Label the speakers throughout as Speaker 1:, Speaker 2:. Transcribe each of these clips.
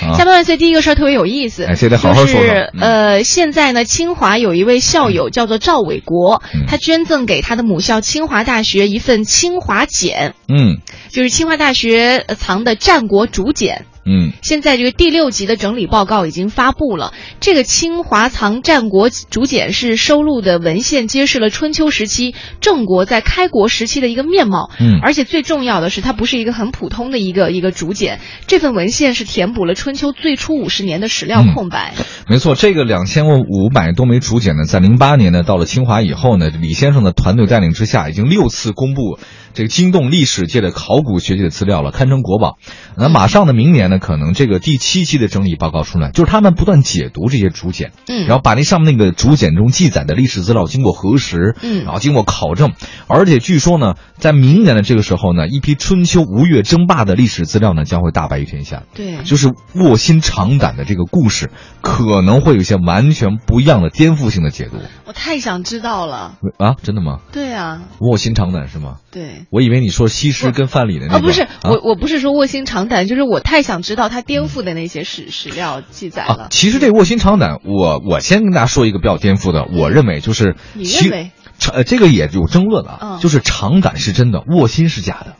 Speaker 1: 啊
Speaker 2: 下半万岁第一个事儿特别有意思，
Speaker 1: 哎这得好好说说
Speaker 2: 就是
Speaker 1: 嗯
Speaker 2: 呃，现在呢，清华有一位校友叫做赵伟国，
Speaker 1: 嗯
Speaker 2: 他捐赠给他的母校清华大学一份清华简，
Speaker 1: 嗯
Speaker 2: 就是清华大学呃藏的战国竹简。
Speaker 1: 嗯
Speaker 2: 现在这个第六级的整理报告已经发布了。这个清华藏战国竹简是收录的文献，揭示了春秋时期郑国在开国时期的一个面貌。
Speaker 1: 嗯
Speaker 2: 而且最重要的是，它不是一个很普通的一个一个竹简，这份文献是填补了春秋最初五十年的史料空白。
Speaker 1: 没错，这个两千五百多枚竹简呢，在零八年呢到了清华以后呢，李先生的团队带领之下，已经六次公布这个惊动历史界的考古学界的资料了，堪称国宝。那马上呢，明年呢，可能这个第七期的整理报告出来，就是他们不断解读这些竹简，
Speaker 2: 嗯，
Speaker 1: 然后把那上面那个竹简中记载的历史资料经过核实，
Speaker 2: 嗯
Speaker 1: 然后经过考证，而且据说呢，在明年的这个时候呢，一批春秋吴越争霸的历史资料呢，将会大白于天下。
Speaker 2: 对，
Speaker 1: 就是卧薪尝胆的这个故事，可能会有一些完全不一样的颠覆性的解读
Speaker 2: 我太想知道了。
Speaker 1: 啊！真的吗？
Speaker 2: 对啊，
Speaker 1: 卧薪尝胆是吗？
Speaker 2: 对。
Speaker 1: 我以为你说西施跟范蠡的那
Speaker 2: 啊，
Speaker 1: 个
Speaker 2: 不是、
Speaker 1: 啊
Speaker 2: 我，我不是说卧薪尝胆，就是我太想知道他颠覆的那些史史料记载了。
Speaker 1: 啊，其实这卧薪尝胆，我我先跟大家说一个比较颠覆的，我认为就是
Speaker 2: 你
Speaker 1: 其
Speaker 2: 认为
Speaker 1: 尝呃这个也有争论啊，
Speaker 2: 嗯
Speaker 1: 就是尝胆是真的，卧薪是假的。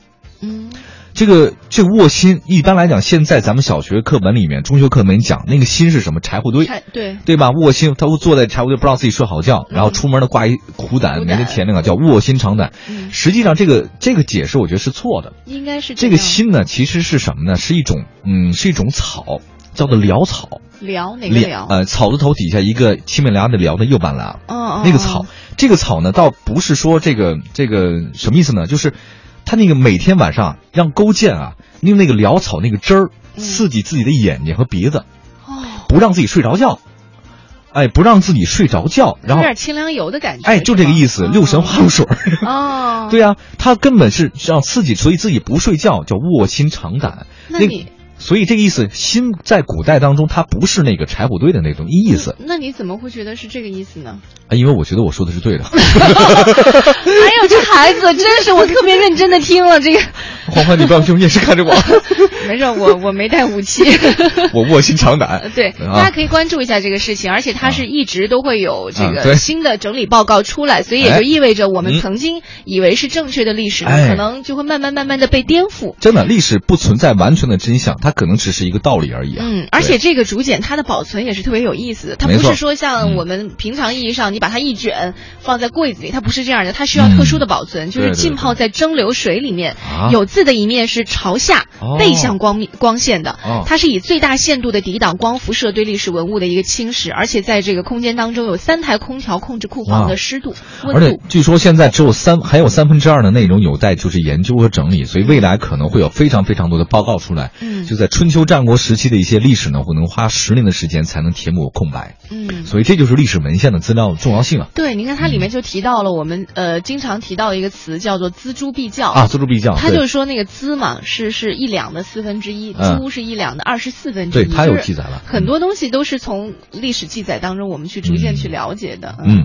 Speaker 2: 嗯，
Speaker 1: 这个这卧薪，一般来讲，现在咱们小学课本里面、中学课本讲那个薪是什么？柴火堆，
Speaker 2: 太对，
Speaker 1: 对吧？卧薪，他会坐在柴火堆不让自己睡好觉，然后出门呢挂一苦胆，
Speaker 2: 嗯苦胆
Speaker 1: 每天填那个叫卧薪尝胆。
Speaker 2: 嗯
Speaker 1: 实际上，这个这个解释我觉得是错的。
Speaker 2: 应该是
Speaker 1: 这
Speaker 2: 样
Speaker 1: 个薪呢，其实是什么呢？是一种嗯，是一种草，叫做潦草。
Speaker 2: 聊哪个聊？
Speaker 1: 呃，草字头底下一个青面獠牙的獠的右半拉，
Speaker 2: 哦哦，
Speaker 1: 那
Speaker 2: 哦
Speaker 1: 个草，，这个草呢，倒不是说这个这个什么意思呢？就是他那个每天晚上让勾践啊，用那个潦草那个汁儿
Speaker 2: 嗯
Speaker 1: 刺激自己的眼睛和鼻子，
Speaker 2: 哦，
Speaker 1: 不让自己睡着觉，哎，不让自己睡着觉，然
Speaker 2: 有
Speaker 1: 后
Speaker 2: 点嗯清凉油的感觉。
Speaker 1: 哎，就这个意思，六神
Speaker 2: 神
Speaker 1: 花露水儿。
Speaker 2: 哦，
Speaker 1: 对啊，他根本是让刺激，所以自己不睡觉叫卧薪尝胆。
Speaker 2: 那你
Speaker 1: 所以这个意思，心在古代当中，它不是那个柴火堆的那种意思，
Speaker 2: 那你怎么会觉得是这个意思呢？
Speaker 1: 啊因为我觉得我说的是对的。
Speaker 2: 哎呦，这孩子真是我特别认真的听了这个，
Speaker 1: 欢欢，你不要用眼神看着我，
Speaker 2: 没事，我我没带武 器。
Speaker 1: 我卧薪尝胆。
Speaker 2: 对，
Speaker 1: 啊
Speaker 2: 大家可以关注一下这个事情，而且它是一直都会有这
Speaker 1: 啊
Speaker 2: 个
Speaker 1: 对
Speaker 2: 新的整理报告出来，所以也
Speaker 1: 哎
Speaker 2: 就意味着我
Speaker 1: 嗯
Speaker 2: 们曾经以为是正确的历史呢，
Speaker 1: 哎
Speaker 2: 可能就会慢慢慢慢的被颠覆。
Speaker 1: 真的，历史不存在完全的真相，它可能只是一个道理而已啊。
Speaker 2: 嗯，而且这个竹简它的保存也是特别有意思的，它
Speaker 1: 没
Speaker 2: 不
Speaker 1: 错
Speaker 2: 是说像
Speaker 1: 嗯
Speaker 2: 我们平常意义上你把它一卷放在柜子里，它不是这样的，它需要
Speaker 1: 嗯
Speaker 2: 特殊的保存，就
Speaker 1: 对
Speaker 2: 是
Speaker 1: 对
Speaker 2: 浸
Speaker 1: 对
Speaker 2: 泡在蒸馏水里面
Speaker 1: 啊，
Speaker 2: 有字的一面是朝下
Speaker 1: 哦
Speaker 2: 背向光面光线的
Speaker 1: 哦，
Speaker 2: 它是以最大限度的抵挡光辐射对历史文物的一个侵蚀，而且在这个空间当中有三台空调控制库
Speaker 1: 哇
Speaker 2: 房的湿度、
Speaker 1: 哦而
Speaker 2: 温
Speaker 1: 且
Speaker 2: 度。
Speaker 1: 据说现在只有三，还有三分之二的内容有待就是研究和整理，所以未来可能会有非常非常多的报告出来。
Speaker 2: 嗯
Speaker 1: 就在春秋战国时期的一些历史呢，可能花十年的时间才能填补空白，
Speaker 2: 嗯。
Speaker 1: 所以这就是历史文献的资料重要性啊！
Speaker 2: 对，你看它里面就提到了我们呃经常提到的一个词叫做“锱铢必较”
Speaker 1: 啊，锱铢必较，
Speaker 2: 他就是
Speaker 1: 对，
Speaker 2: 说那个资嘛，是是一两的四分之一，
Speaker 1: 嗯
Speaker 2: 猪是一两的二十四分之一。
Speaker 1: 对他有
Speaker 2: 就是
Speaker 1: 记载了
Speaker 2: 很多东西都是从历史记载当中我们去逐渐
Speaker 1: 嗯
Speaker 2: 去了解的。
Speaker 1: 嗯。